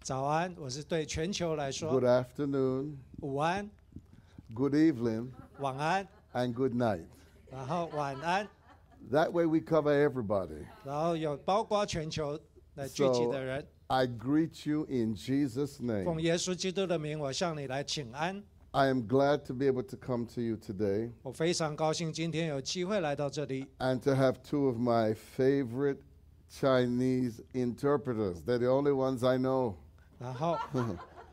早安，我是对全球来说 good afternoon, 午安、 good evening, 晚安， and good night. 然后晚安， That way we cover everybody. 然后有包括全球来聚集的人。 I greet you in Jesus' 奉 name. 耶稣基督的名，我向你来请安。 I am glad to be able to come to you today 我非常高兴今天有机会来到这里， and to have two of my favorite Chinese interpreters. They're the only ones I know. 然后，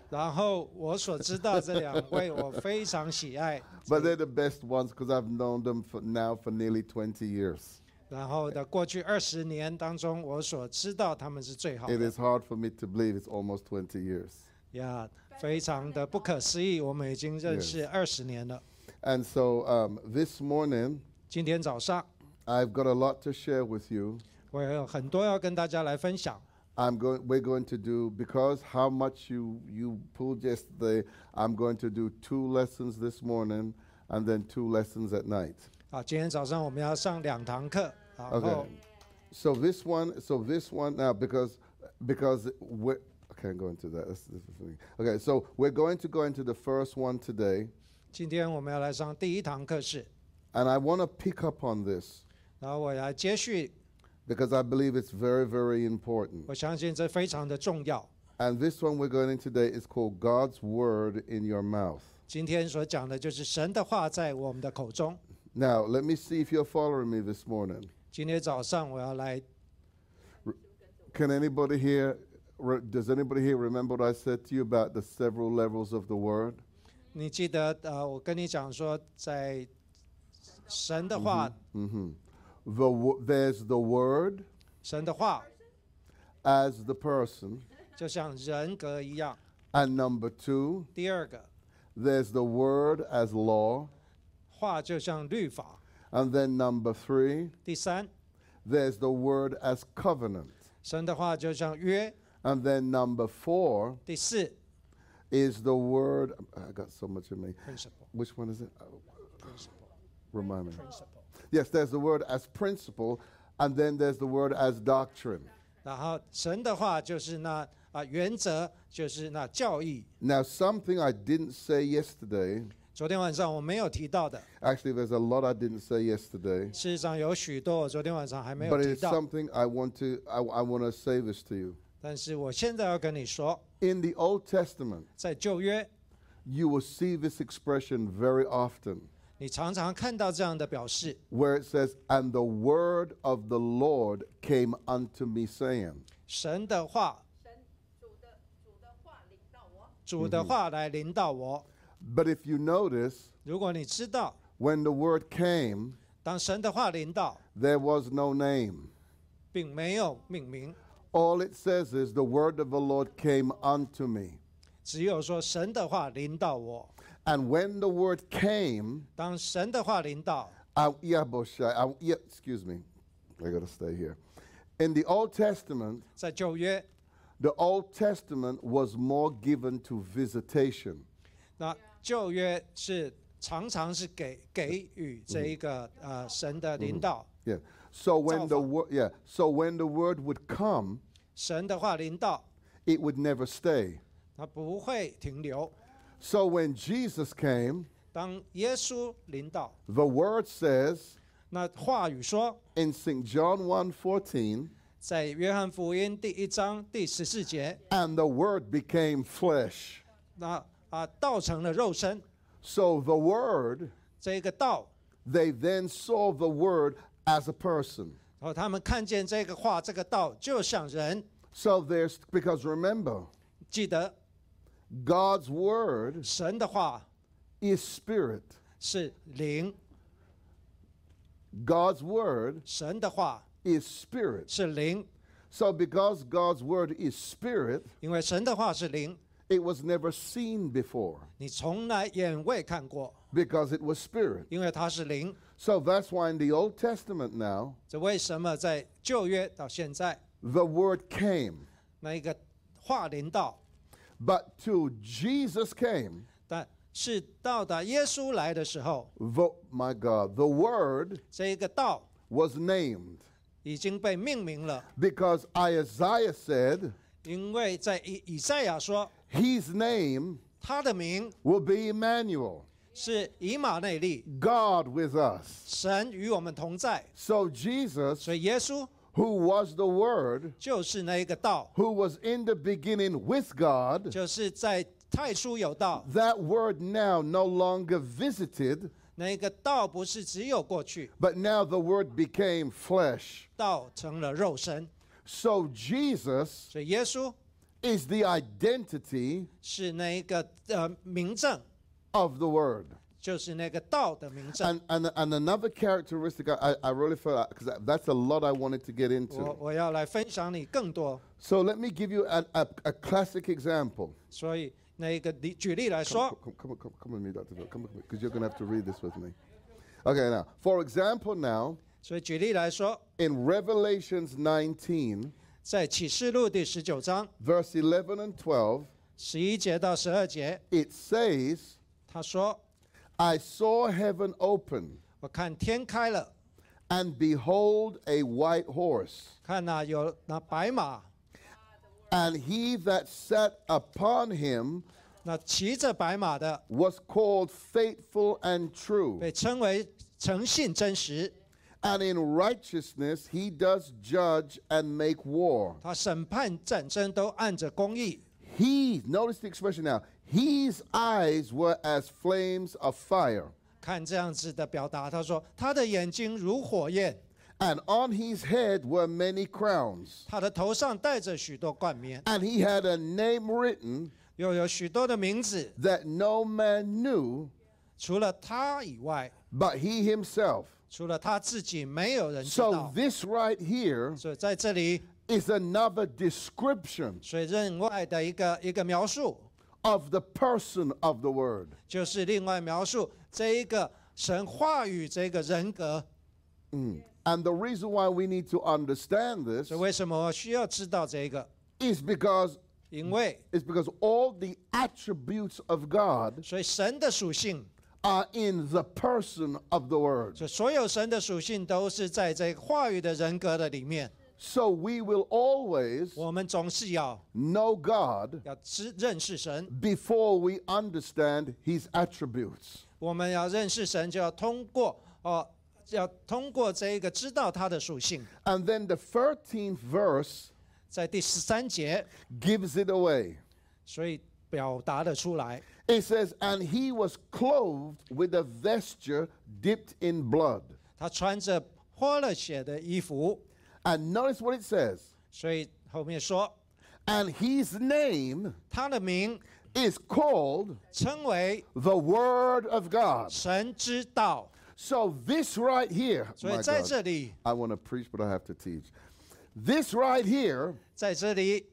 然后我所知道这两位我非常喜爱， But they're the best ones because I've known them for now for nearly 20 years. 然后的过去二十年当中，我所知道他们是最好 It 的 is hard for me to believe it's almost 20 years. 呀非常的不可思议。我们已经认识二十年了。 And so um, this morning, 今天早上， I've got a lot to share with you. 我有很多要跟大家来分享。 I'm going. We're going to do because how much you you pulled yesterday. I'm going to do two lessons this morning and then two lessons at night. 啊，今天早上我们要上两堂课，啊然后 So this one. So this one now because because we I can't go into that. That's, that's the thing. Okay. So we're going to go into the first one today, 今天我们要来上第一堂课是， and I want to pick up on this 然后我来接续， because I believe it's very very important. 我相信这非常的重要。 And this one we're going in today is called God's word in your mouth. 今天所讲的就是神的话在我们的口中。 Now let me see if you're following me this morning. 今天早上我要来， Can anybody here, re, does anybody here remember what I said to you about the several levels of the word? 你记得呃，我跟你讲说，在神的话， hmm The, wo- there's the word 神的话 as the person. 就像人格一样。 And number two, 第二个， there's the word as law. 话就像律法。 And then number three, 第三， there's the word as covenant. 神的话就像约。 And then number four 第四 is the word. I got so much in me. ，principle Which one is it? Uh, principle Remind me. principle。 Yes, there's the word as principle, and then there's the word as doctrine. 然后神的话就是那啊、原则，就是那教义。 Now, something I didn't say yesterday, 昨天晚上我没有提到的， actually, there's a lot I didn't say yesterday, 事实上有许多我昨天晚上还没有 but 提 it's 到， something I want to, I, I want to say this to you. 但是我现在要跟你说， In the Old Testament, 在旧约， you will see this expression very often 你常常看到这样的表示， where it says, And the word of the Lord came unto me, saying, 神的话、神主的主的话领到我，主的话来领导我。 But if you notice, 如果你知道， when the word came, 当神的话领导， there was no name. 并没有命名， All it says is, The word of the Lord came unto me. 只有说神的话领导我。 And when the word came, 当神的话领导， I, yeah, Boshai, I, yeah, excuse me. I got to stay here. In the Old Testament, 在旧约， the Old Testament was more given to visitation. 那旧约是常常是给给予这一个、呃神的领导， Yeah. So when the Tzalfa. word, yeah, so when the word would come, 神的话领导， it would never stay. 他不会停留。 So when Jesus came, 当耶稣领导， the word says 那话语说， in St. John 1:14, 在约翰福音第一章第十四节， and the word became flesh. 那啊道成了肉身， So the word, 这个道， they then saw the word as a person. 然后他们看见这个话，这个道就像人， So there's because remember, 记得 God's word 神的话 is spirit. 是灵， God's word 神的话 is spirit. 是灵， So because God's word is spirit, 因为神的话是灵， it was never seen before 你从来眼未看过， because it was spirit. 因为它是灵。 So that's why in the Old Testament now, 这为什么在旧约到现在， the word came. 那一个话灵道， But till Jesus came, 但是到达耶稣来的时候， the, my God, the word 这一个道 was named. 已经被命名了。 Because Isaiah said, 因为在以以赛亚说， His name 他的名 will be Emmanuel, 是以马内利， God with us. 神与我们同在。 So Jesus, 所以耶稣 who was the Word, 就是那一个道， who was in the beginning with God, 就是在太初有道， that Word now no longer visited, 那一个道不是只有过去， but now the Word became flesh. 道成了肉身。 So Jesus 所以耶稣 is the identity 是那一个呃明证， of the Word. 就是那个道的明证。 And, and, and another characteristic I, I I really felt, because that's a lot I wanted to get 我 into. 我要来分享你更多， So let me give you a, a, a classic example. 所以那一个你举例来 Come, 说， come, come, come, come with me, Dr. Phil. Come with me, because you're going to have to read this with me. Okay, now, for example, now, 所以举例来说， in Revelations 19, 在启示录第十九章 verse 11 and 12, 十一节到十二节， it says, 他说：“ I saw heaven open, 我看天开了， and behold, a white horse. 看呐、有那白马， And he that sat upon him 那骑着白马的 was called faithful and true. 被称为诚信真实， And in righteousness he does judge and make war. 他审判战争都按着公义， He, notice the expression now, his eyes were as flames of fire, 看这样子的表达，他说他的眼睛如火焰， and on his head were many crowns. 他的头上戴着许多冠冕， And he had a name written 又有许多的名字， that no man knew 除了他以外， but he himself. 除了他自己，没有人知 So, 道。 this right here 所以在这里， is another description 水任外的一个一个描述， of the person of the word. 就是另外描述这一个神话语这个人格。 And the reason why we need to understand this 所以为什么需要知道这个？ is because 因为 is because all the attributes of God 所以神的属性， are in the person of the word. 所以所有神的属性都是在这个话语的人格的里面。 So we will always 我们总是要 know God 要知认识神， before we understand his attributes. 我们要认识神，就要通过哦，要通过这一个知道他的属性。 And then the 13th verse 在第十三节， gives it away. 所以表达的出来。 It says, And he was clothed with a vesture dipped in blood. 他穿着泼了血的衣服， And notice what it says. 所以后面说 And his name 他的名 is called 称为 the Word of God. 神之道。 So this right here, 所以 my 在 God, 这里， I want to preach, but I have to teach. This right here 在这里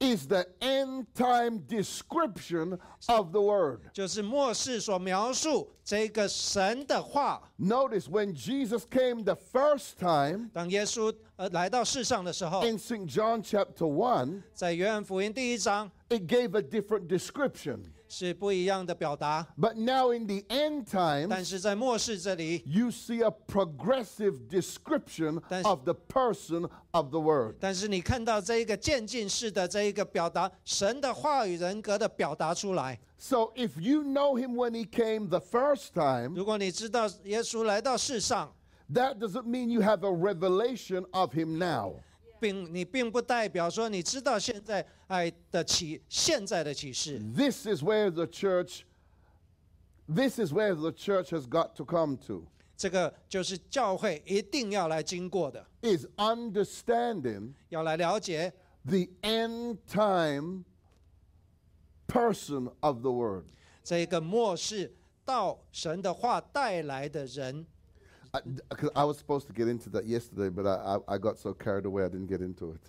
is the end time description of the Word. 就是末世所描述这个神的话。 Notice when Jesus came the first time 当耶稣呃来到世上的时候， in St. John chapter 1, 在约翰福音第一章 it gave a different description. 是不一样的表达， But now in the end time, 但是在末世这里， you see a progressive description That's- of the person of the Word. 但是你看到这一个渐进式的这一个表达，神的话语人格的表达出来。 So if you know him when he came the first time, 如果你知道耶稣来到世上， that doesn't mean you have a revelation of him now. 并你并不代表说你知道现在哎的启现在的启示， This is where the church this is where the church has got to come to 这个就是教会一定要来经过的， is understanding 要来了解 the end time person of the word. 这个末世到神的话带来的人。 I, 'cause I was supposed to get into that yesterday, but I, I, I got so carried away I didn't get into it.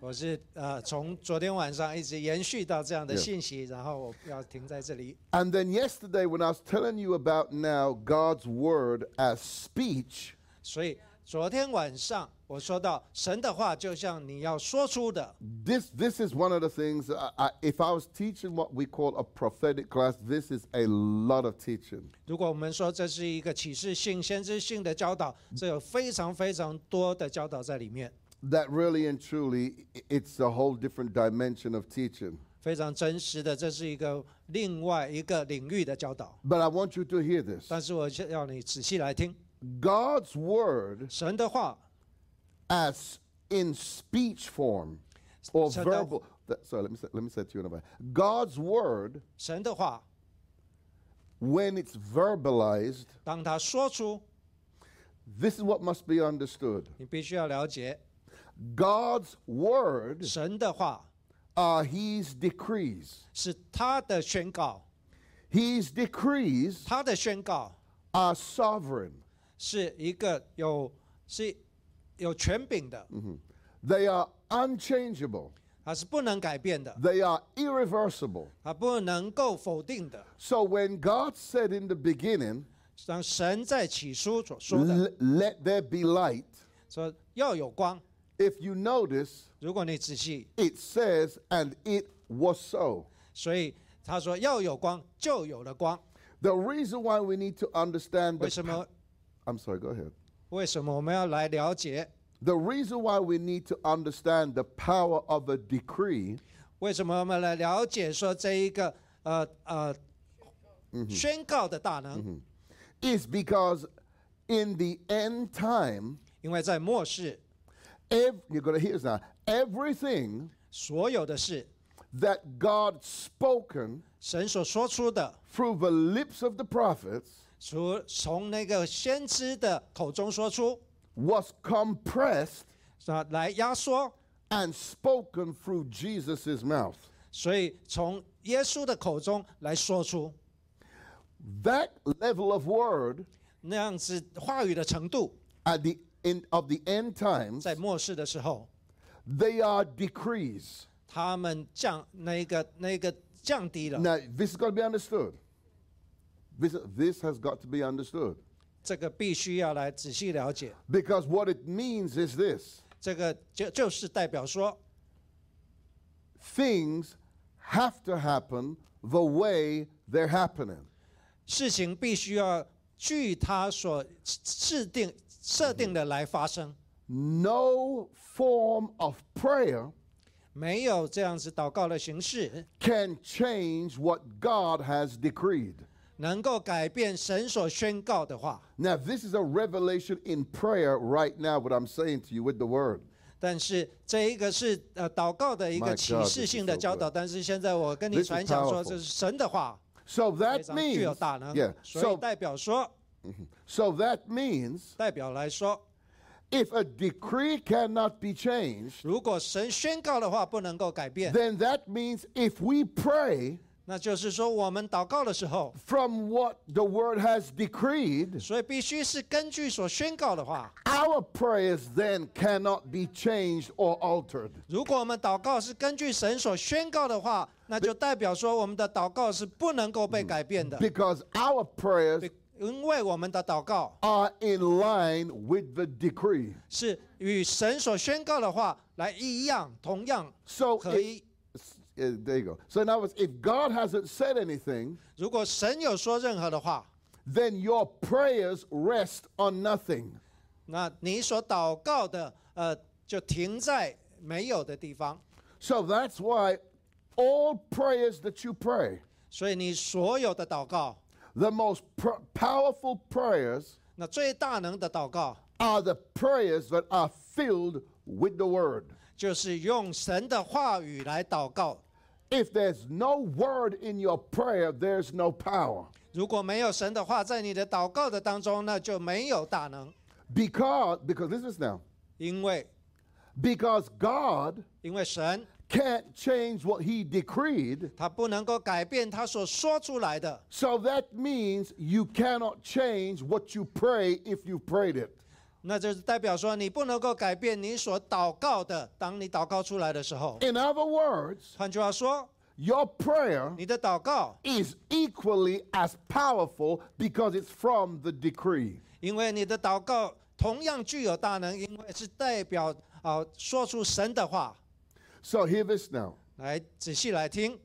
我是呃从昨天晚上一直延续到这样的 Yeah. 信息，然后我要停在这里。 And then yesterday when I was telling you about now God's word as speech, 所以昨天晚上我说到，神的话就像你要说出的， This this is one of the things. I, I, if I was teaching what we call a prophetic class, this is a lot of teaching. 如果我们说这是一个启示性、先知性的教导，这有非常非常多的教导在里面。 that really and truly, i- it's a whole different dimension of teaching. 非常真实的，这是一个另外一个领域的教导。 But I want you to hear this 但是我是要你仔细来听， God's word 神的话， as in speech form or So that- verbal. that- sorry, let me, say, let me say it to you in a way. God's word, 神的话， when it's verbalized, 当他说出， this is what must be understood. 你必须要了解， God's word 神的话 are His decrees. 是他的宣告， His decrees 他的宣告 are sovereign, 是一个有是有权柄的， they are unchangeable, 它是不能改变的， they are irreversible. 它不能够否定的。 So when God said in the beginning, 当神在起初所说的， "L- let there be light, 说要有光， if you notice, 如果你仔细， it says, and it was so. 所以他说要有光，就有了光。 The reason why we need to understand 为 the 什么？ I'm sorry, go ahead. 为什么我们要来了解？ The reason why we need to understand the power of a decree 为什么我们来了解说这一个呃呃宣告的大能？ is because in the end time, 因为在末世， ev- you're going to hear this now, everything 所有的事， that God spoken 神所说出的， through the lips of the prophets 除从那个先知的口中说出， was compressed 啊，来压缩。 and spoken through Jesus' mouth. 所以从耶稣的口中来说出 That level of word 那样子话语的程度， at the end of the end times, 在末世的时候， they are decrees. 他们降那个那个降低了， Now, this has got to be understood. This, this has got to be understood. 这个必须要来仔细了解。 Because what it means is this 这个就就是代表说， things have to happen the way they're happening. 事情必须要据他所制定设定的来发生， No form of prayer 没有这样子祷告的形式 can change what God has decreed. 能够改变神所宣告的话。 Now, this is a revelation in prayer right now, what I'm saying to you with the word. 但是这一个是呃祷告的一 My 个 God, 启示性的教导，但是现在我跟你 This is 传讲说 powerful. 这是神的话， So 非 that 常具有 means, 大能 yeah, 所以 so, 代表说， so that means 代表来说， if a decree cannot be changed, 如果神宣告的话不能够改变， then that means if we pray 那就是说我们祷告的时候， from what the word has decreed, 所以必须是根据所宣告的话。 our prayers then cannot be changed or altered. 如果我们祷告是根据神所宣告的话，那就代表说我们的祷告是不能够被改变的， Because our prayers 因为我们的祷告 are in line with the decree. 是与神所宣告的话来一样，同样 So, 可 if, 以。 uh, there you go. So, in other words, if God hasn't said anything, 如果神有说任何的话， then your prayers rest on nothing. 那你所祷告的，呃，就停在没有的地方。 So, that's why all prayers that you pray, 所以你所有的祷告， the most pr- powerful prayers, 那最大能的祷告， are the prayers that are filled with the word. 就是用神的话语来祷告。 If there's no word in your prayer, there's no power. 如果没有神的话在你的祷告的当中，那就没有大能， Because because this is now. 因为 Because God 因为神 can't change what he decreed. 他不能够改变他所说出来的， So that means you cannot change what you pray if you prayed it. 那就是代表说你不能够改变你所祷告的。当你祷告出来的时候， In other words, 换句话说， your prayer 你的祷告， is equally as powerful because it's from the decree. 因为你的祷告同样具有大能，因为是代表啊、说出神的话。 So hear this now. 来仔细来听，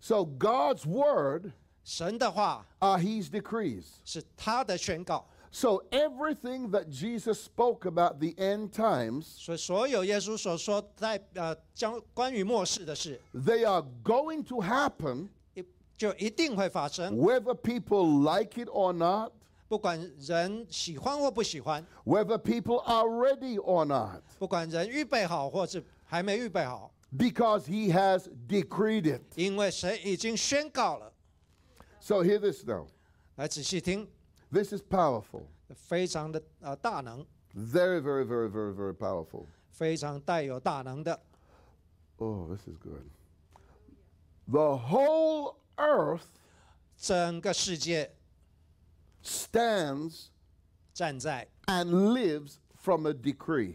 So God's word 神的话 are his uh, decrees. 是他的宣告， So everything that Jesus spoke about the end times, 所以所有耶稣所说在呃将关于末世的事， they are going to happen 一就一定会发生， whether people like it or not, 不管人喜欢或不喜欢， whether people are ready or not, 不管人预备好或是还没预备好， because he has decreed it. 因为神已经宣告了。 So hear this now. 来仔细听， This is powerful. 非常的呃大能， Very, very, very, very, very powerful. 非常带有大能的， Oh, this is good. The whole earth 整个世界 stands 站在 and lives from a decree.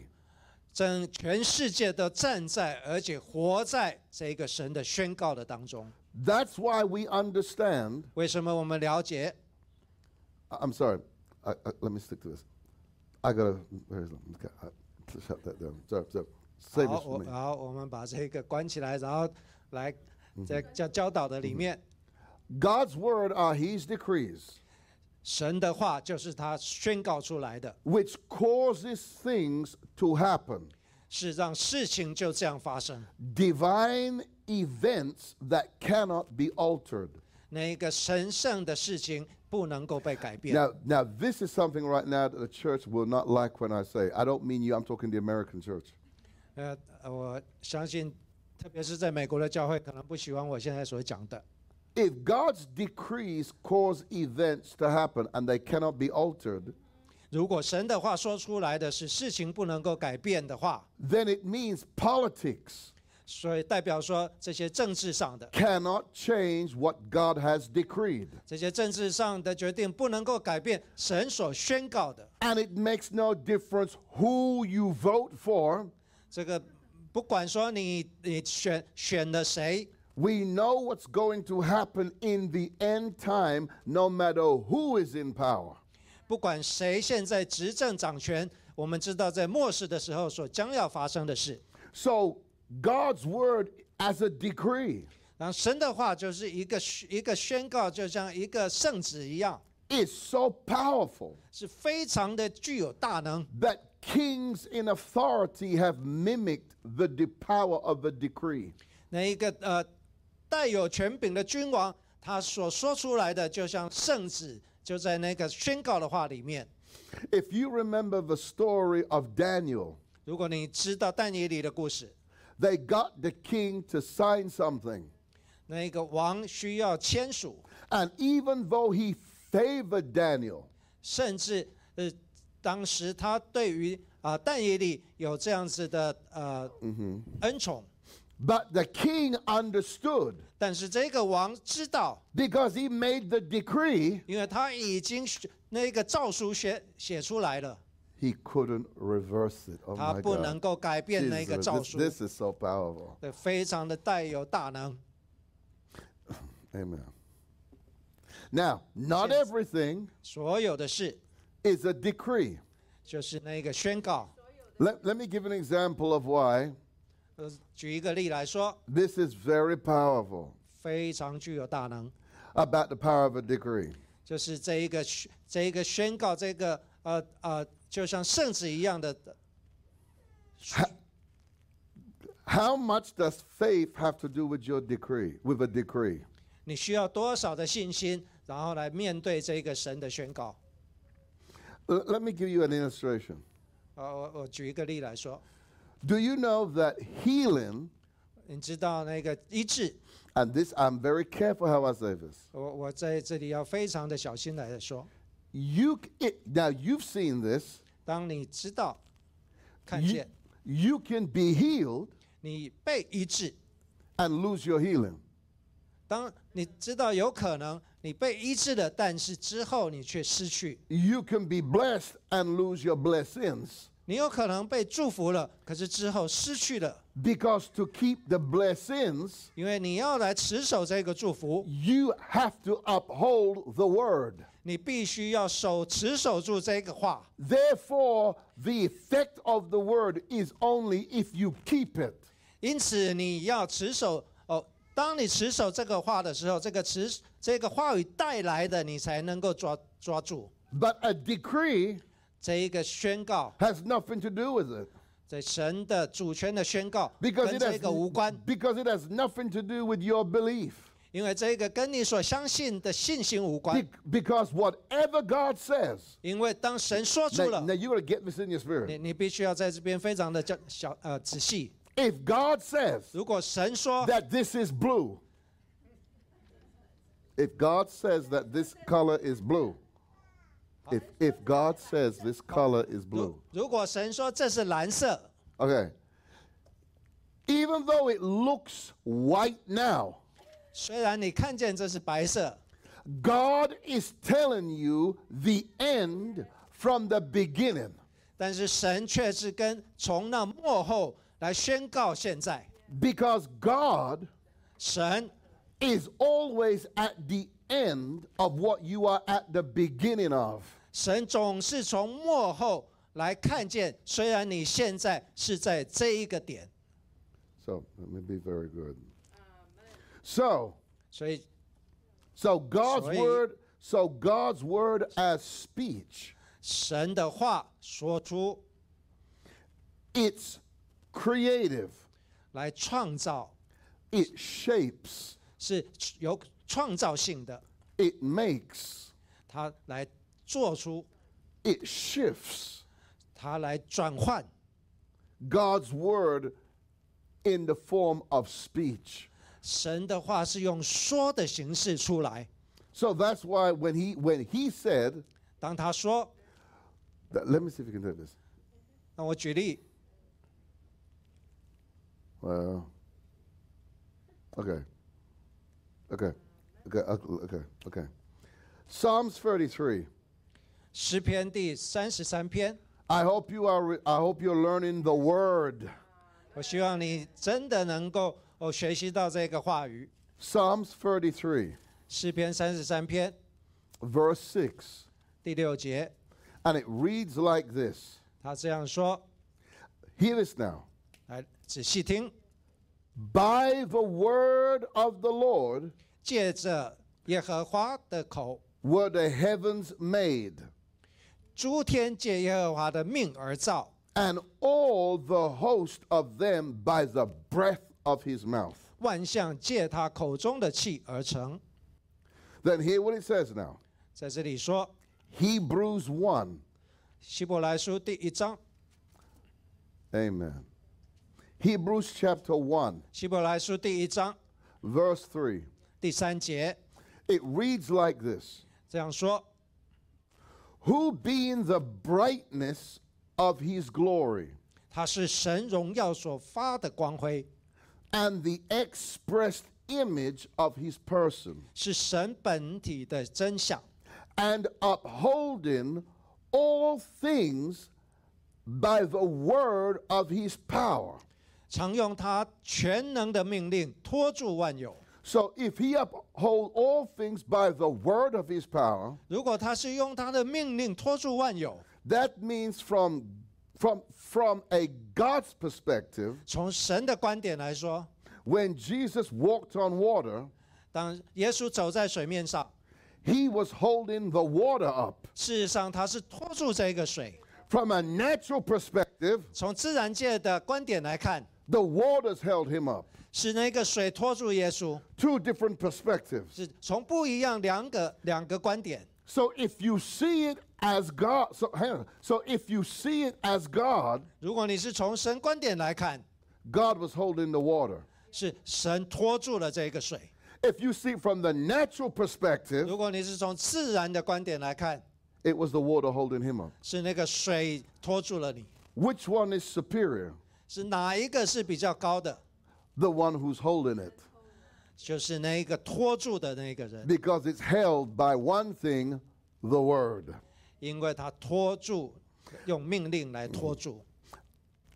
整全世界都站在，而且活在这个神的宣告的当中。 That's why we understand. 为什么我们了解？ I- I'm sorry. I, I, let me stick to this. I gotta. Where is it? Okay, I, to shut that down. Sorry, sorry. Save 好， this for 我 me. 好，我们把这个关起来，然后来在教教导的里面， God's word are His decrees, 神的话就是他宣告出来的， which causes things to happen. 是让事情就这样发生。 Divine events that cannot be altered. 那一个神圣的事情不能够被改变。 Now, now, this is something right now that the church will not like when I say. I don't mean you. I'm talking the American church. 呃，我相信，特别是在美国的教会，可能不喜欢我现在所讲的。 If God's decrees cause events to happen and they cannot be altered, 如果神的话说出来的是事情不能够改变的话， then it means politics 所以代表说这些政治上的、 cannot change what God has decreed. 这些政治上的决定不能够改变神所宣告的。 And it makes no difference who you vote for. 这个不管说你你选选了谁， We know what's going to happen in the end time, no matter who is in power. 不管谁现在执政掌权，我们知道在末世的时候所将要发生的事。 So, God's word as a decree 然后神的话就是一个一个宣告，就像一个圣旨一样， is so powerful 是非常的具有大能。 that kings in authority have mimicked the de- power of the decree. 那一个呃带有权柄的君王，他所说出来的就像圣旨，就在那个宣告的话里面。 If you remember the story of Daniel, 如果你知道但以理的故事， they got the king to sign something. 那一个王需要签署， And even though he favored Daniel, 甚至呃，当时他对于啊、但以理有这样子的呃、恩宠， but the king understood 但是这个王知道， because he made the decree, 因为他已经是那个诏书写写出来了， he couldn't reverse it. Oh 他 my 不能 God. 够改变那个 Jesus, 诏 this, 书， this is so powerful. 对，非常的带有大能。 Amen. Now, not Yes. everything 所有的事 is a decree. 就是那个宣告。 Let, let me give an example of why 呃，举一个例来说， this is very powerful 非常具有大能， about the power of a decree. 就是这一个宣这一个宣告，这个呃呃，就像圣旨一样的。 How much does faith have to do with your decree, with a decree? 你需要多少的信心，然后来面对这个神的宣告？ L- let me give you an illustration. 呃，我我举一个例来说， Do you know that healing, 你知道那个医治， and this I'm very careful how I say this. 我我在这里要非常的小心来说， You c- it, now you've seen this. 当你知道、看 You, 见 you can be healed 你被医治， and lose your healing. 当你知道有可能你被医治了，但是之后你却失去， You can be blessed and lose your blessings. 你有可能被祝福了，可是之后失去了， Because to keep the blessings, 因为你要来持守这个祝福， you have to uphold the word. 你必须要守持守住这个话。 Therefore, the effect of the word is only if you keep it. 因此，你要持守哦。当你持守这个话的时候，这个持这个话语带来的，你才能够抓抓住。 But a decree 这一个宣告， has nothing to do with it 这神的主权的宣告， because it 跟这 has 个无关， because it has nothing to do with your belief. 因为这个跟你所相信的信心无关。 Be- because whatever God says, 因为当神说出 now, 了 now，you're gonna get this in your 你 spirit. 你必须要在这边非常的较小呃仔细。 If God says 如果神说 that this is blue, if God says that this color is blue, if if God says this color is 如 blue, 如果神说这是蓝色， okay. Even though it looks white now, 虽然你看见这是白色， God is telling you the end from the beginning. 但是神却是跟从那幕后来宣告现在， Because God 神 is always at the end of what you are at the beginning of. 神总是从幕后来看见，虽然你现在是在这一个点， So let me be very good. So, 所以 so God's Sorry. word, so God's word as speech, 神的话说出 it's creative. 来创造， It shapes, 是有创造性的， it makes, 它来做出， it shifts. 它来转换。 God's word in the form of speech. 神的话是用说的形式出来。 So that's why when he when he said, 当他说， that, let me see if you can do this. 那我举例， Well, okay, okay, okay, okay, okay, okay. Psalms thirty-three. 诗篇第三十三篇， I hope you are. re- I hope you're learning the word. 我希望你真的能够哦学习到这个话语。 Psalms thirty-three, 诗篇三十三篇 verse six, 第六节， and it reads like this. 他这样说， Hear this now. 来仔细听， By the word of the Lord 借着耶和华的口， were the heavens made, 诸天借耶和华的命而造， and all the host of them by the breath of His mouth. 万象借他口中的气而成。 Then hear what it says now. 在这里说， Hebrews 1. 希伯来书第一章， Amen. Hebrews chapter 1, 希伯来书第一章 verse 3. 第三节 It reads like this 这样说： Who being the brightness of his glory 他是神荣耀所发的光辉， and the expressed image of his person, 是神本体的真相， and upholding all things by the word of his power. 常用他全能的命令托住万有。 So if he uphold all things by the word of his power, 如果他是用他的命令托住万有， That means from from from a God's perspective, 从神的观点来说， when Jesus walked on water, 当耶稣走在水面上， he was holding the water up. 事实上他是托住这个水。 From a natural perspective, 从自然界的观点来看， the waters held him up. 是那个水托住耶稣， Two different perspectives. 是从不一样两个两个观点。 So if you see it as God, so hang on. So if you see it as God, 如果你是从神观点来看， God was holding the water. 是神托住了这个水。 If you see it from the natural perspective, 如果你是从自然的观点来看， it was the water holding him up. 是那个水托住了你， Which one is superior? 是哪一个是比较高的？ The one who's holding it. 就是那一个托住的那个人， because it's held by one thing the word 因为他托住，用命令来托住，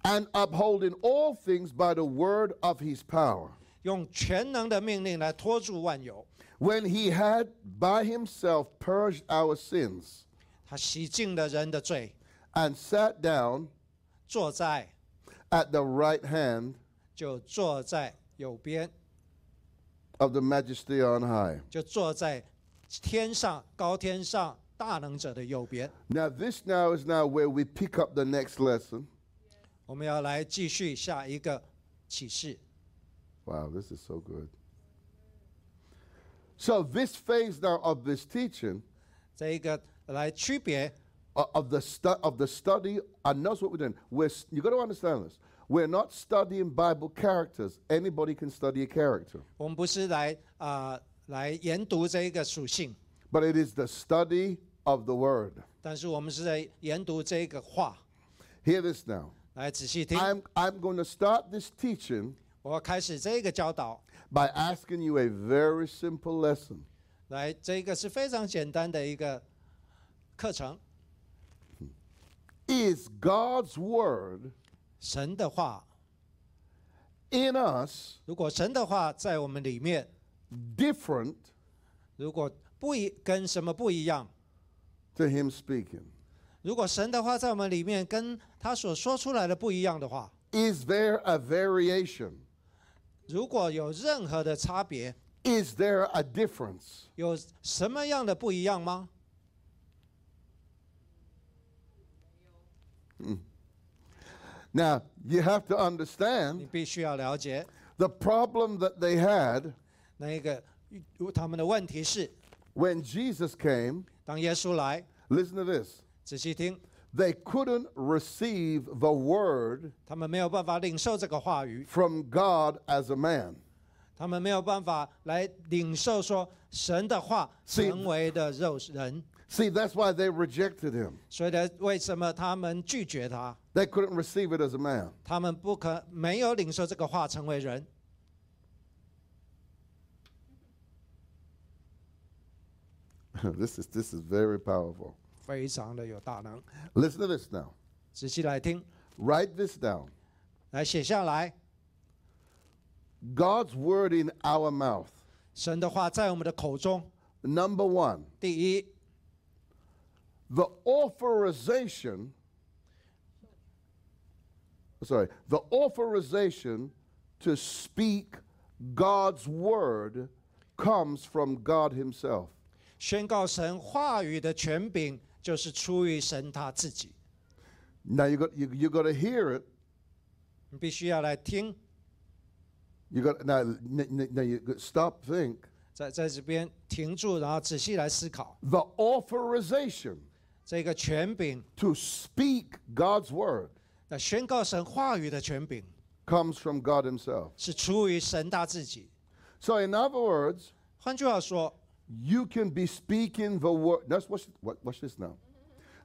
and upholding all things by the word of his power 用全能的命令来托住万有。 when he had by himself purged our sins 他洗净了人的罪， and sat down 坐在 at the right hand 就坐在右边 of the majesty on high. 就坐在天上高天上大能者的右边。 Now, this now is now where we pick up the next lesson. 我们要来继续下一个启示。 Wow, this is so good. So, this phase now of this teaching, 这一个来区别， o- of the, stu- of the study, and that's what we're doing. We're, s- you got to understand this. We're not studying Bible characters. Anybody can study a character. 我们不是来啊、呃来研读这一个属性， But it is the study of the Word. 但是我们是在研读这一个话。 Hear this now. 来仔细听， I'm, I'm going to start this teaching 我要开始这个教导。 by asking you a very simple lesson. 来，这个是非常简单的一个课程。 Is God's Word 神的话， in us 如果神的话在我们里面， different 如果不一跟什么不一样， to Him speaking? 如果神的话在我们里面跟他所说出来的不一样的话， Is there a variation? 如果有任何的差别， Is there a difference? 有什么样的不一样吗？ Now, you have to 你 understand 必须要了解。 the problem that they had 那一个他们的问题是， when Jesus came. 当耶稣来， Listen to this. 仔细听， They couldn't receive the Word 他们没有办法领受这个话语， from God as a man. 他们没有办法来领受说神的话是成为的肉人， See, that's why they rejected Him. 所以呢，为什么他们拒绝他？ They couldn't receive it as a man. 他们不可没有领受这个话成为人。 this is this is very powerful. 非常的有大能。 Listen to this now. 仔细来听， Write this down. 来写下来。 God's word in our mouth. 神的话在我们的口中， Number 1, 第一， the authorization sorry, the authorization to speak God's word comes from God himself. 宣告神话语的权柄就是出于神他自己。 Now you got you, you got to hear it. 你必须要来听， You got now n- n- now you got, stop think. 在在这边停住，然后仔细来思考 The authorization 这个权柄， to speak God's word 那宣告神话语的权柄 comes from God Himself. 是出于神他自己。 So, in other words, 换句话说， you can be speaking the word. That's watch, wa- watch this now.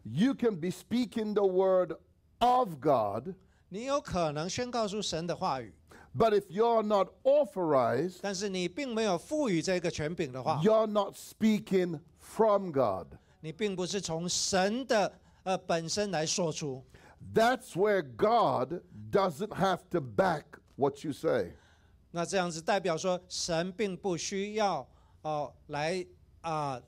You can be speaking the word of God, 你有可能宣告出神的话语， but if you're not authorized, 但是你并没有赋予这个权柄的话， you're not speaking from God. 你并不是从神的呃本身来说出。 That's where God doesn't have to back what you say. 那这样子代表说，神并不需要哦来啊、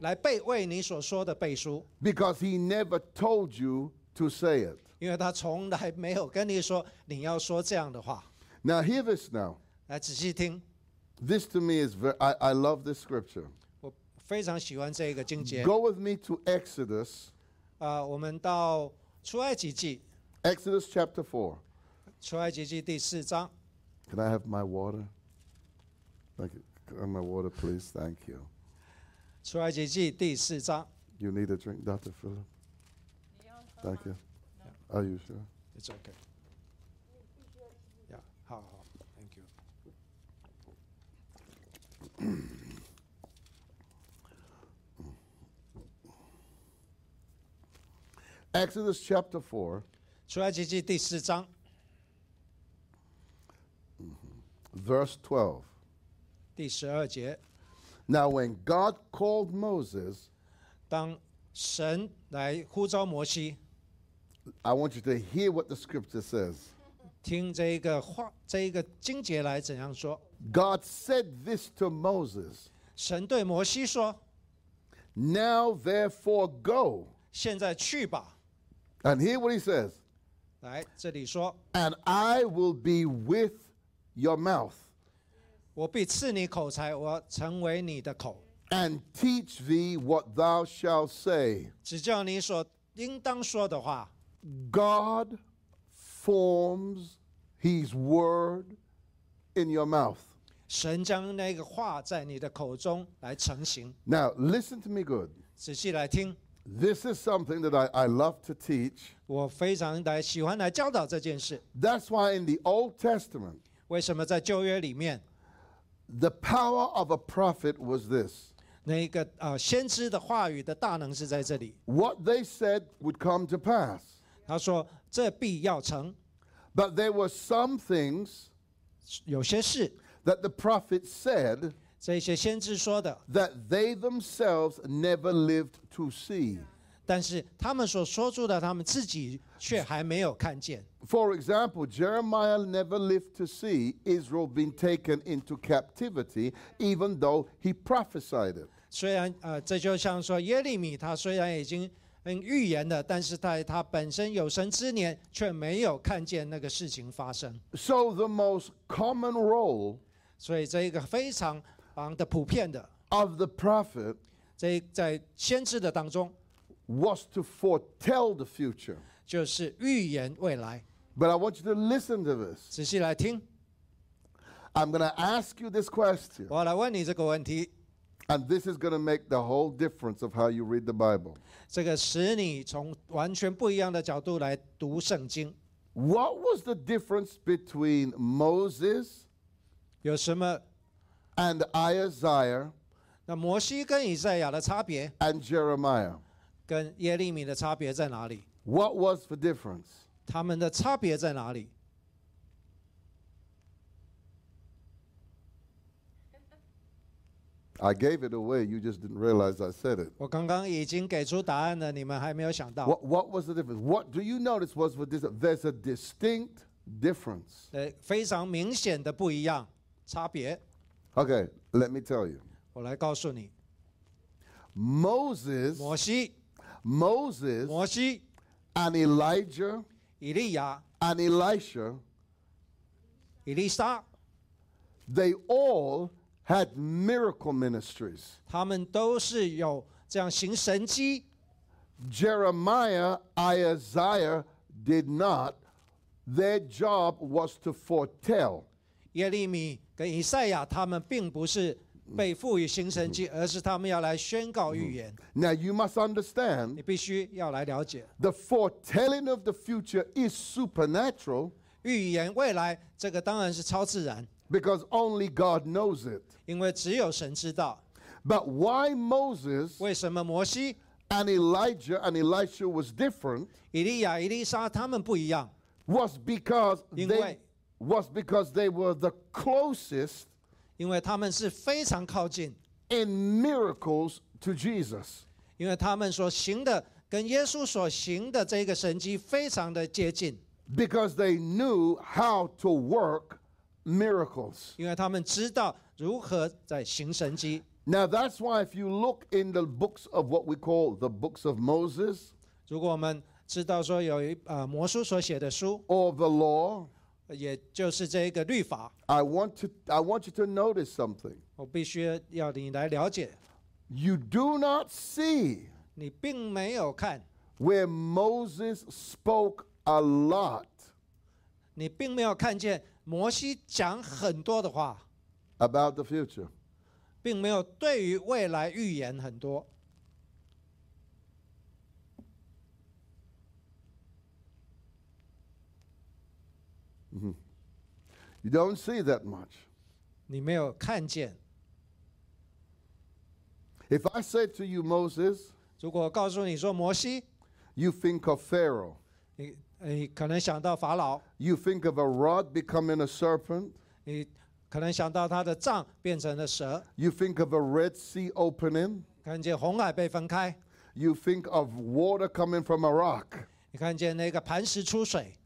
来背为你所说的背书， Because he never told you to say it. 因为他从来没有跟你说你要说这样的话。 Now, hear this now. 来仔细听， This to me is very, I, I love this scripture. 我非常喜欢这个经节。 Go with me to Exodus, 啊、我们到出埃及记， Exodus chapter 4. 出埃及记第四章， Can I have my water? Thank you. Can I have my water, please? Thank you. 出埃及记第四章 You need a drink, Dr. Philip? Thank you. Are you sure? ，It's okay。呀，好好，Thank you。 Exodus chapter 4, 出埃及记第四章 verse 12. 第十二节， Now, when God called Moses, 当神来呼召摩西， I want you to hear what the scripture says. 听这一个话，这一个经节来怎样说？ God said this to Moses 神对摩西说 Now, therefore, go.：“ 现在去吧。 And hear what he says. ”来，这里说 And I will be with your mouth 我必赐你口才，我成为你的口， and teach thee what thou shalt say. 指教你所应当说的话。 God forms his word in your mouth. 神将那个话在你的口中来成型， Now, listen to me good. 仔细来听。 This is something that I, I love to teach. 我非常来喜欢来教导这件事。 That's why in the Old Testament, 为什么在旧约里面， the power of a prophet was this 那个呃先知的话语的大能是在这里？ what they said would come to pass. 他说：“这必要成。 But there were some things ”有些事， that the prophet said 这些先知说的， that they themselves never lived to see. 但是他们所说出的，他们自己却还没有看见。 For example, Jeremiah never lived to see Israel being taken into captivity, even though he prophesied it. 虽然呃，这就像说耶利米，他虽然已经嗯预言了，但是在他本身有生之年却没有看见那个事情发生。 So, the most common role 所以这一个非常啊的普遍的， of the prophet 这一在先知的当中 was to foretell the future. 就是预言未来。 But I want you to listen to this. 仔细来听， I'm going to ask you this question, 我来问你这个问题， and this is going to make the whole difference of how you read the Bible. 这个使你从完全不一样的角度来读圣经， What was the difference between Moses 有什么？ and Isaiah 那摩西跟以赛亚的差别， and Jeremiah? 跟耶利米的差别在哪里？ What was the difference? 他们的差别在哪里？ I gave it away. You just didn't realize I said it. 我刚刚已经给出答案了，你们还没有想到。 What, what was the difference? What do you notice was with this? There's a distinct difference. 呃，非常明显的不一样差别， Okay, let me tell you. 我来告诉你。 Moses, 摩西， Moses, 摩西， and Elijah 以利亚， and Elisha, 以利沙， they all had miracle ministries. 他们都是有这样行神迹。 Jeremiah, Isaiah did not. Their job was to foretell. 耶利米跟以赛亚他们并不是被赋予行神迹，而是他们要来宣告预言。 Now you must 你 understand, 必须要来了解 the foretelling of the future is supernatural. 预言未来，这个当然是超自然， because only God knows it. 因为只有神知道。 But why Moses 为什么摩西、 and Elijah and Elisha was different 以利亚、以利沙他们不一样？ was because In they way. was because they were the closest 因为他们是非常靠近， in miracles to Jesus. 因为他们所行的跟耶稣所行的这个神迹非常的接近， Because they knew how to work miracles. 因为他们知道如何在行神迹。 Now that's why if you look in the books of what we call the books of Moses 如果我们知道说有一呃魔术所写的书， or the law, 也就是这一个律法， I want to I want you to notice something. 我必须要你来了解， You do not see 你并没有看， where Moses spoke a lot 你并没有看见摩西讲很多的话， about the future. 并没有对于未来预言很多。 You don't see that much. 你没有看见。 If I say to you, Moses, 如果我告诉你说摩西， you think of Pharaoh, 你你可能想到法老， you think of a rod becoming a serpent, 你可能想到他的杖变成了蛇， you think of a Red Sea opening, 看见红海被分开， you think of water coming from a rock, 你看见那个磐石出水，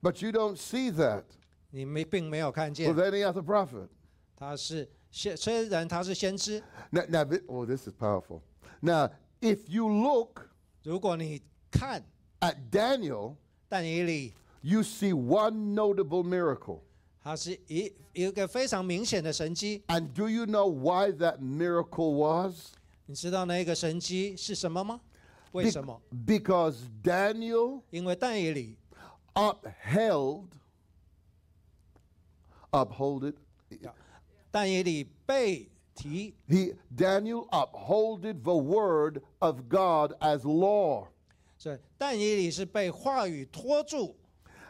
but you don't see that 你没并没有看见 with any other prophet. 他是先，虽然他是先知， Now, now thi- oh, this is powerful. Now, if you look 如果你看 at Daniel, 但以理， you see one notable miracle. 他啊，是一有一个非常明显的神机。 And do you know why that miracle was? 你知道那个神机是什么吗？为 Be- 什么？ because Daniel 因为但以理 upheld, upholded, 但以理被提， he Daniel upholded the word of God as law. 所以但以理是被话语拖住。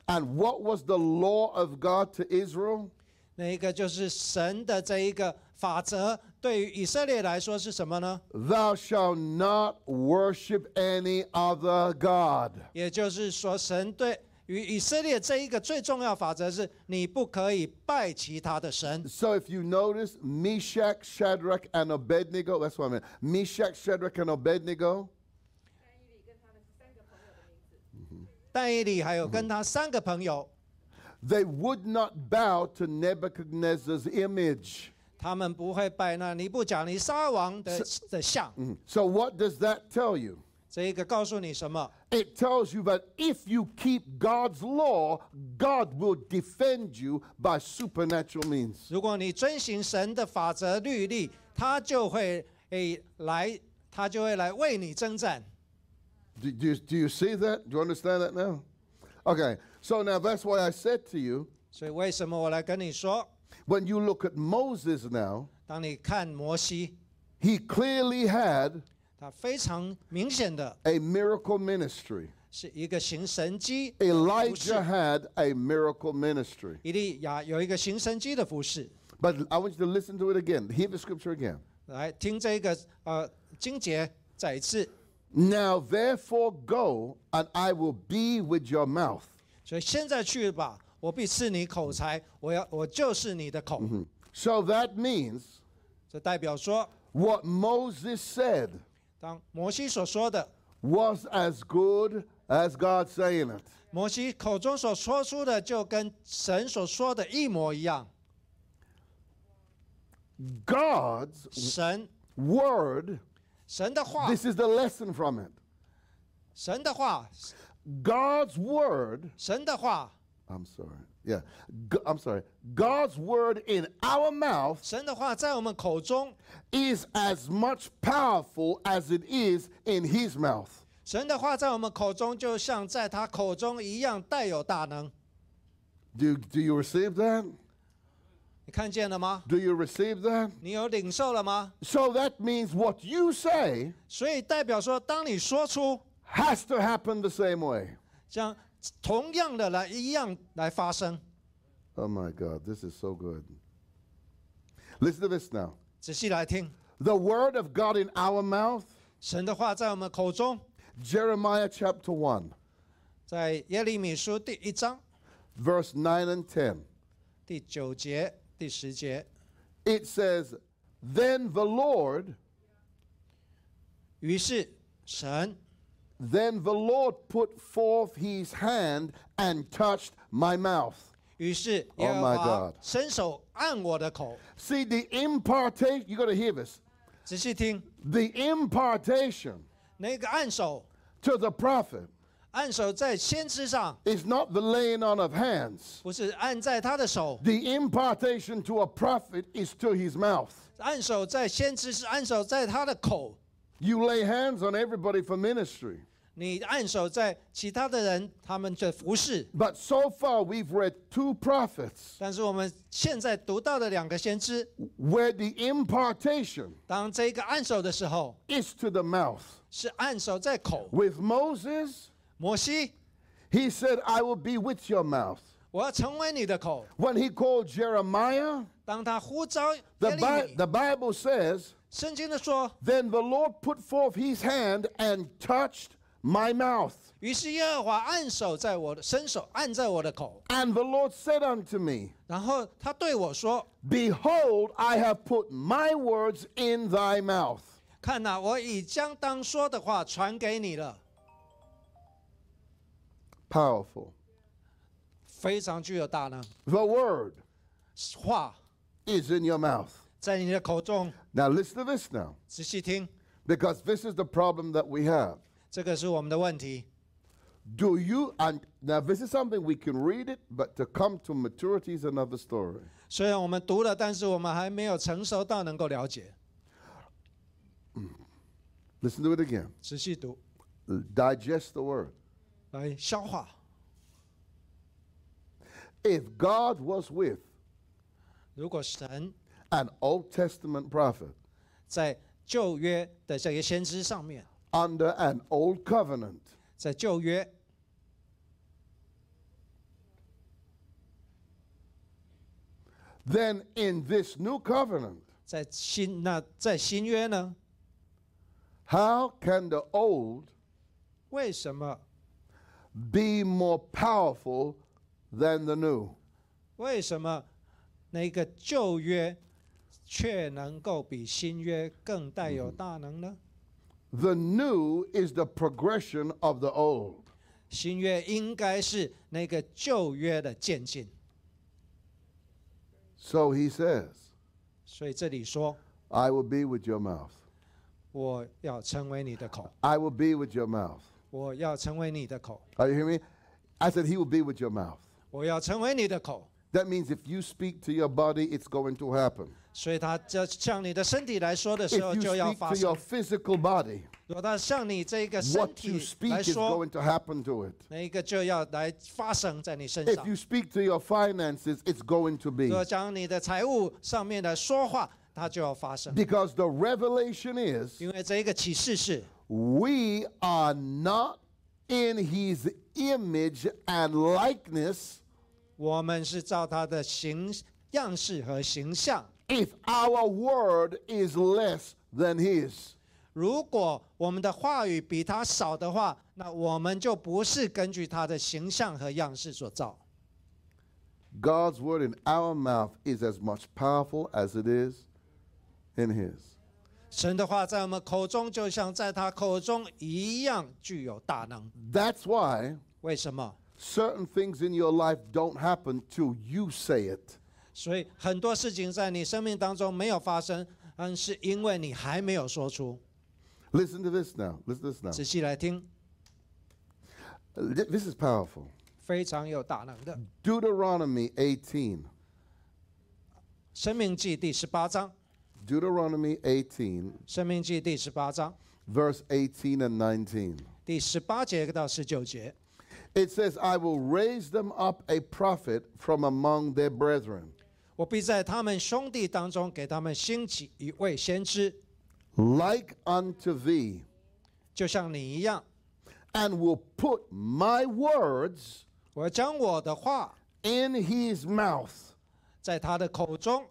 And what was the law of God to Israel? 那一个就是神的这一个法则，对于以色列来说是什么呢？ Thou shalt not worship any other God. 也就是说，神对于以色列这一个最重要法则是，你不可以拜其他的神。 So if you notice, Meshach, Shadrach, and Abednego, that's what I meant. Meshach, Shadrach, and Abednego, 单一里跟他的三个朋友的名字，但以理还有跟他三个朋友， they would not bow to Nebuchadnezzar's image. 他们不会拜那尼布甲尼撒王的的像。 So what does that tell you? 这一个告诉你什么？ It tells you that if you keep God's law, God will defend you by supernatural means. 如果你遵行神的法则律例，他就会诶来，他就会来为你征战。 Do, do, you- do you see that? Do you understand that now? Okay, so now that's why I said to you, 所以为什么我来跟你说？ when you look at Moses now, 当你看摩西， he clearly had 他非常明显的 a miracle ministry. 是一个行神机， Elijah had a miracle ministry. 以利亚有一个行神机的服饰。 But I want you to listen to it again. Hear the scripture again. 来听这个呃经节再一次。 Now therefore go, and I will be with your mouth. 所以现在去吧，我必赐你口才，我要我就是你的口。 So that means 这代表说， what Moses said 当摩西所说的， was as good as God saying it. 摩西口中所说出的，就跟神所说的一模一样。 God's 神， word, 神的话，嗯 this is the lesson from it. 神的话， God's word, 神的话， I'm sorry. Yeah. G- I'm sorry. God's word in our mouth 神的话在我们口中， is as much powerful as it is in his mouth. 神的话在我们口中，就像在他口中一样带有大能。 Do, do you receive that? 你看见了吗？ Do you receive that? 你有领受了吗？ So that means what you say 所以代表说，当你说出 has to happen the same way. 像同样的来一样来发生。 Oh my God, this is so good. Listen to this now. 仔细来听， The word of God in our mouth, 神的话在我们口中， Jeremiah chapter 1, 在耶利米书第一章 verse 9 and 10. 第九节、第十节。 It says, Then the Lord, 于是神， then the Lord put forth his hand and touched my mouth. 于是 Oh 耶和 my 华 God 伸手按我的口。 See, the impartation, you got to hear this. 仔细听， The impartation 那个按手， to the prophet 按手在先知上， is not the laying on of hands. 不是按在他的手， The impartation to a prophet is to his mouth. 按手在先知是按手在他的口。 You lay hands on everybody for ministry. 你按手在其他的人他们的服饰， But so far, we've read two prophets 但是我们现在读到的两个先知， where the impartation 当这个按手的时候， is to the mouth. 是按手在口。 With Moses, 摩西， he said, I will be with your mouth. 我要成为你的口。 When he called Jeremiah, 当他呼召耶 the, 利 Bi- 米， the Bible says, 圣经的说， Then the Lord put forth his hand and touched my mouth. 于是耶和华按手在我的伸手按在我的口， And the Lord said unto me, 然后他对我说 Behold, I have put my words in thy mouth.：“ 看哪、我已将当说的话传给你了。 Powerful. ”非常具有大能， The word 话 is in your mouth. 在你的口中， Now listen to this now, 仔细听， because this is the problem that we have. 这个是我们的问题。 Do you, and now this is something we can read it, but to come to maturity is another story. 虽然我们读了，但是我们还没有成熟到能够了解。 Listen to it again. 仔细读， Digest the word. 来消化。 If God was with 如果神 an Old Testament prophet 在旧约的这些先知上面， under an old covenant, 在旧约， then in this new covenant, 在新那在新约呢？ how can the old 为什么？ be more powerful than the new? 为什么那个旧约却能够比新约更带有大能呢？ The new is the progression of the old. 新约应该是那个旧约的渐进， So he says, 所以这里说， I will be with your mouth. 我要成为你的口， I will be with your mouth. 我要成为你的口， Are you hearing me? I said, He will be with your mouth. 我要成为你的口。 That means if you speak to your body, it's going to happen. 所以他这向你的身体来说的 If 时候， you 就要 speak 发 to 生 your；physical body, 如果他向你这个身 what you 体 speak 来 is 说， going to happen to it. 那一个就要来发生在你身 If 上。 you speak to your finances, it's going to 如 be. 果讲你的财务上面的说话，它就要发生。 Because the revelation is 因为这一个启示是， we are not in his image and likeness 我们是照他的形样式和形象。 if our word is less than his. 如果我们的话语比他少的话，那我们就不是根据他的形象和样式所造。 God's word in our mouth is as much powerful as it is in his. 神的话在我们口中，就像在他口中一样具有大能。 That's why 为什么？ certain things in your life don't happen till you say it. 所以很多事情在你生命当中没有发生，嗯，是因为你还没有说出。 Listen to this now. Listen to this now. 仔细来听， Uh, thi- This is powerful. 非常有大能的。 Deuteronomy 18. 《生命记》第十八章，《 Deuteronomy 18, 生命记》第十八章 verse 18 and 19. 第十八节到十九节， It says, I will raise them up a prophet from among their brethren, 我必在他们兄弟当中给他们兴起一位先知， like unto thee, 就像你一样， and will put my words 我将我的话 in his mouth, 在他的口中，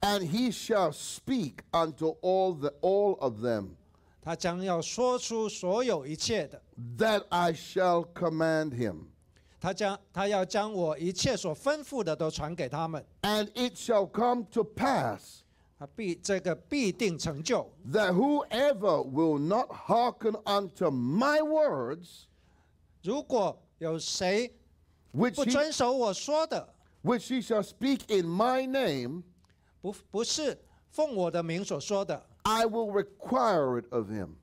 and he shall speak unto all the all of them, 他将要说出所有一切的， that I shall command him. 他将他要将我一切所吩咐的都传给他们， And it shall come to pass 他啊必这个必定成就。 that whoever will not hearken unto my words, 如果有谁 which 不 he, 遵守我说的， which he shall speak in my name, 不不是奉我的名所说的， I will require it of him.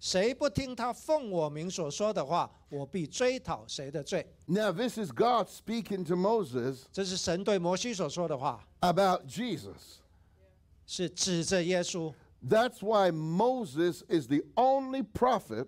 谁不听他奉我名所说的话，我必追讨谁的罪。 Now, this is God speaking to Moses 这是神对摩西所说的话， about Jesus. 是指着耶稣。 That's why Moses is the only prophet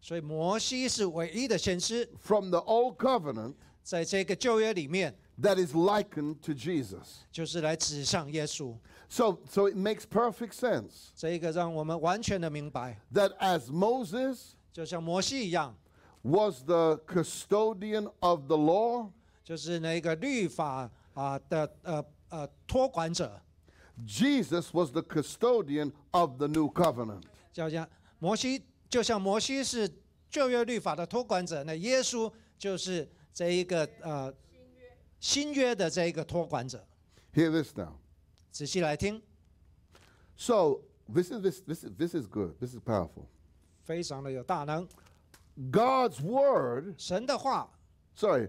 所以摩西是唯一的先知， from the old covenant 在这个旧约里面， that is likened to Jesus. 就是来指向耶稣。 So, so it makes perfect sense 这一个让我们完全的明白， that as Moses 就像摩西一样， was the custodian of the law, 就是那个律法啊的呃呃托管者， Jesus was the custodian of the new covenant. 就像摩西，就像摩西是旧约律法的托管者，那耶稣就是这一个呃新约的这一个托管者。 Hear this now. 仔细来听， So this is this this is this is good. This is powerful. 非常的有大能。 God's word, 神的话， sorry,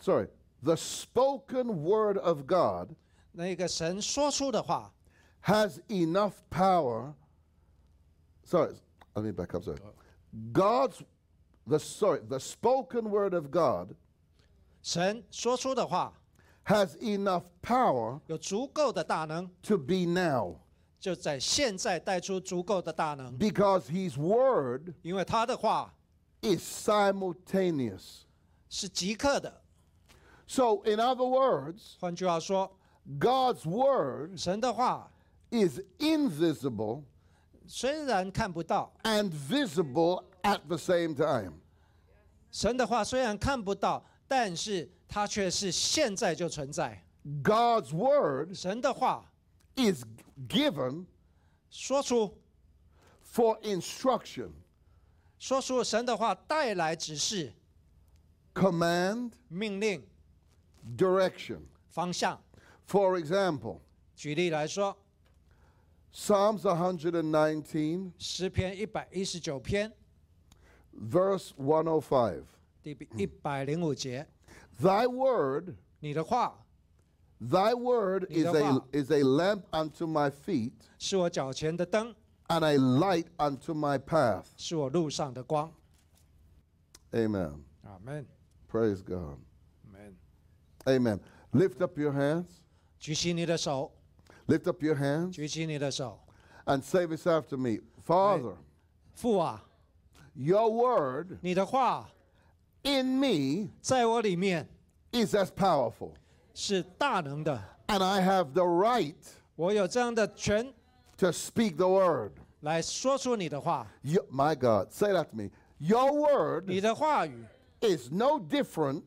sorry, the spoken word of God 那个神说出的话， has enough power. Sorry, let me back up. Sorry. God's the sorry, the spoken word of God 神说出的话 has enough power 有足够的大能， to be now 就在现在带出足够的大能， because his word 因为他的话 is simultaneous. 是即刻的。 So in other words, 换句话说， God's word 神的话 is invisible 虽然看不到， and visible at the same time. 神的话虽然看不到，但是它却是现在就存在。 God's word 神的话 is given 说出， for instruction, 说出神的话带来指示、 command, 命令、 direction. 方向。 For example, 举例来说， Psalms 119, 诗篇一百一十九篇 verse 105. 第一百零五节， Thy word, 你的话 thy word is a, Nidava. is a lamp unto my feet 是我脚前的灯， and a light unto my path. 是我路上的光。 Amen. 阿门， Praise God. 阿门。 Amen. Lift up your hands. 举起你的手， Lift up your hands 举起你的手， and say this after me. Father, 父啊， your word 你的话 in me 在我里面 is as powerful, 是大能的， and I have the right 我有这样的权 to speak the word. 来说出你的话。 Yo- my God, say that to me. Your word 你的话语 is no different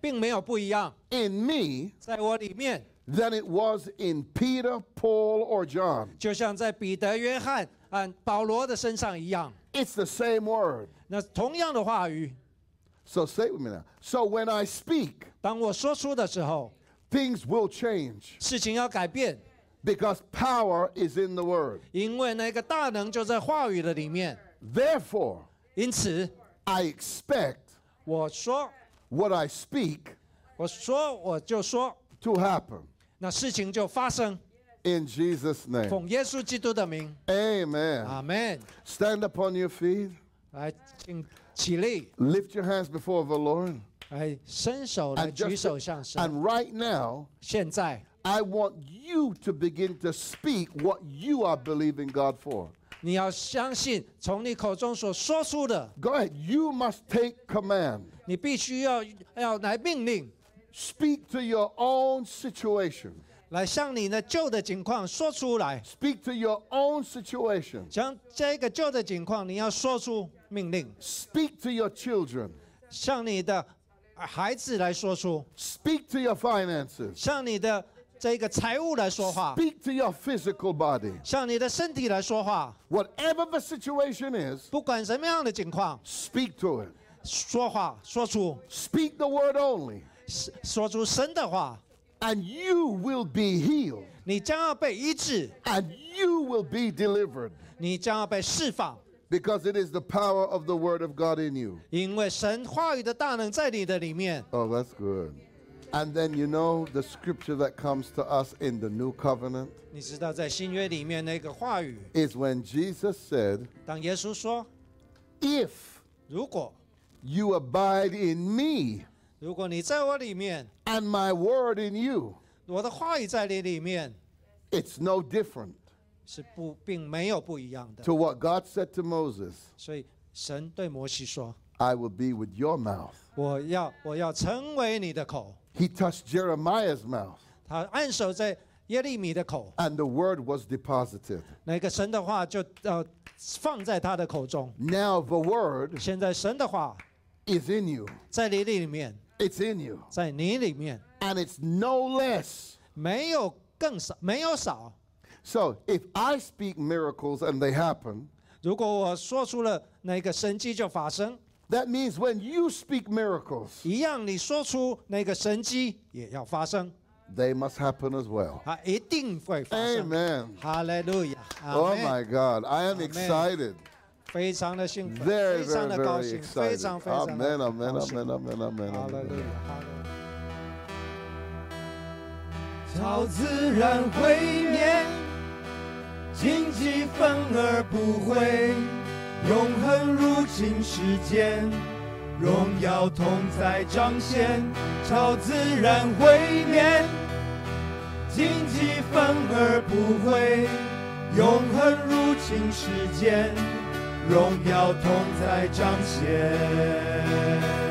并没有不一样， in me 在我里面， than it was in Peter, Paul, or John. 就像在彼得、约翰、按保罗的身上一样。 It's the same word. 那同样的话语， So say it with me now. So when I speak, 当我说出的时候， things will change 事情要改变， because power is in the word. 因为那个大能就在话语的里面。 Therefore, 因此， I expect 我说， what I speak 我说，我就说， to happen. 那事情就发生。 In Jesus' name. 奉耶稣基督的名，阿 Amen. 门。 Stand up on your feet. 来，请起立， Lift your hands before the Lord. 来伸手，来 And, 举 just, 手向神。 and right now, 现在， I want you to begin to speak what you are believing God for. 你要相信，从你口中所说出的， Go ahead. You must take command. 你必须要要来命令， Speak to your own situation. 来向你的旧的情况说出来， Speak to your own situation. 将这个旧的情况，你要说出命令， Speak to your children. 向你的孩子来说出， Speak to your finances. 向你的这个财务来说话， Speak to your physical body. 向你的身体来说话， Whatever the situation is, 不管什么样的情况， speak to it. 说话说出， Speak the word only, 说说出神的话， and you will be healed, 你将要被医治， and you will be delivered, 你将要被释放， because it is the power of the word of God in you. 因为神话语的大能在你的里面。 Oh, that's good. And then you know the scripture that comes to us in the new covenant 你知道，在新约里面那个话语， is when Jesus said, 当耶稣说 If：“ 如果， you abide in me, 如果你在我里面， and my word in you, 我的话语在你里面， it's no different 是不，并没有不一样的。 to what God said to Moses 所以神对摩西说 I will be with your mouth.：‘ 我要，我要成为你的口。 He touched Jeremiah's mouth, ’他按手在耶利米的口， and the word was deposited. 那个神的话就呃放在他的口中。 Now the word 现在神的话 is in you, 在你里面， it's in you, 在你里面 and it's no less. 没有更少，没有少。 So if I speak miracles and they happen, 如果我说出了那个神迹就发生， that means when you speak miracles, 一样你说出那个神迹也要发生， they must happen as well. 它一定会发生。 Amen. 哈利路亚，阿 Oh 门！ my God, I am excited. 非常的兴奋， Very, 非常 very, 的高 very 兴，非 excited. 常非常 Amen, 的 amen, 高 amen, 兴。 amen, amen, 哈利 amen. 路亚，哈利路亚。超自然毁灭，荆棘反而不会，永恒神入侵世间，荣耀同在彰显，超自然毁灭，荆棘反而不会，永恒入侵世间，荣耀同在彰显。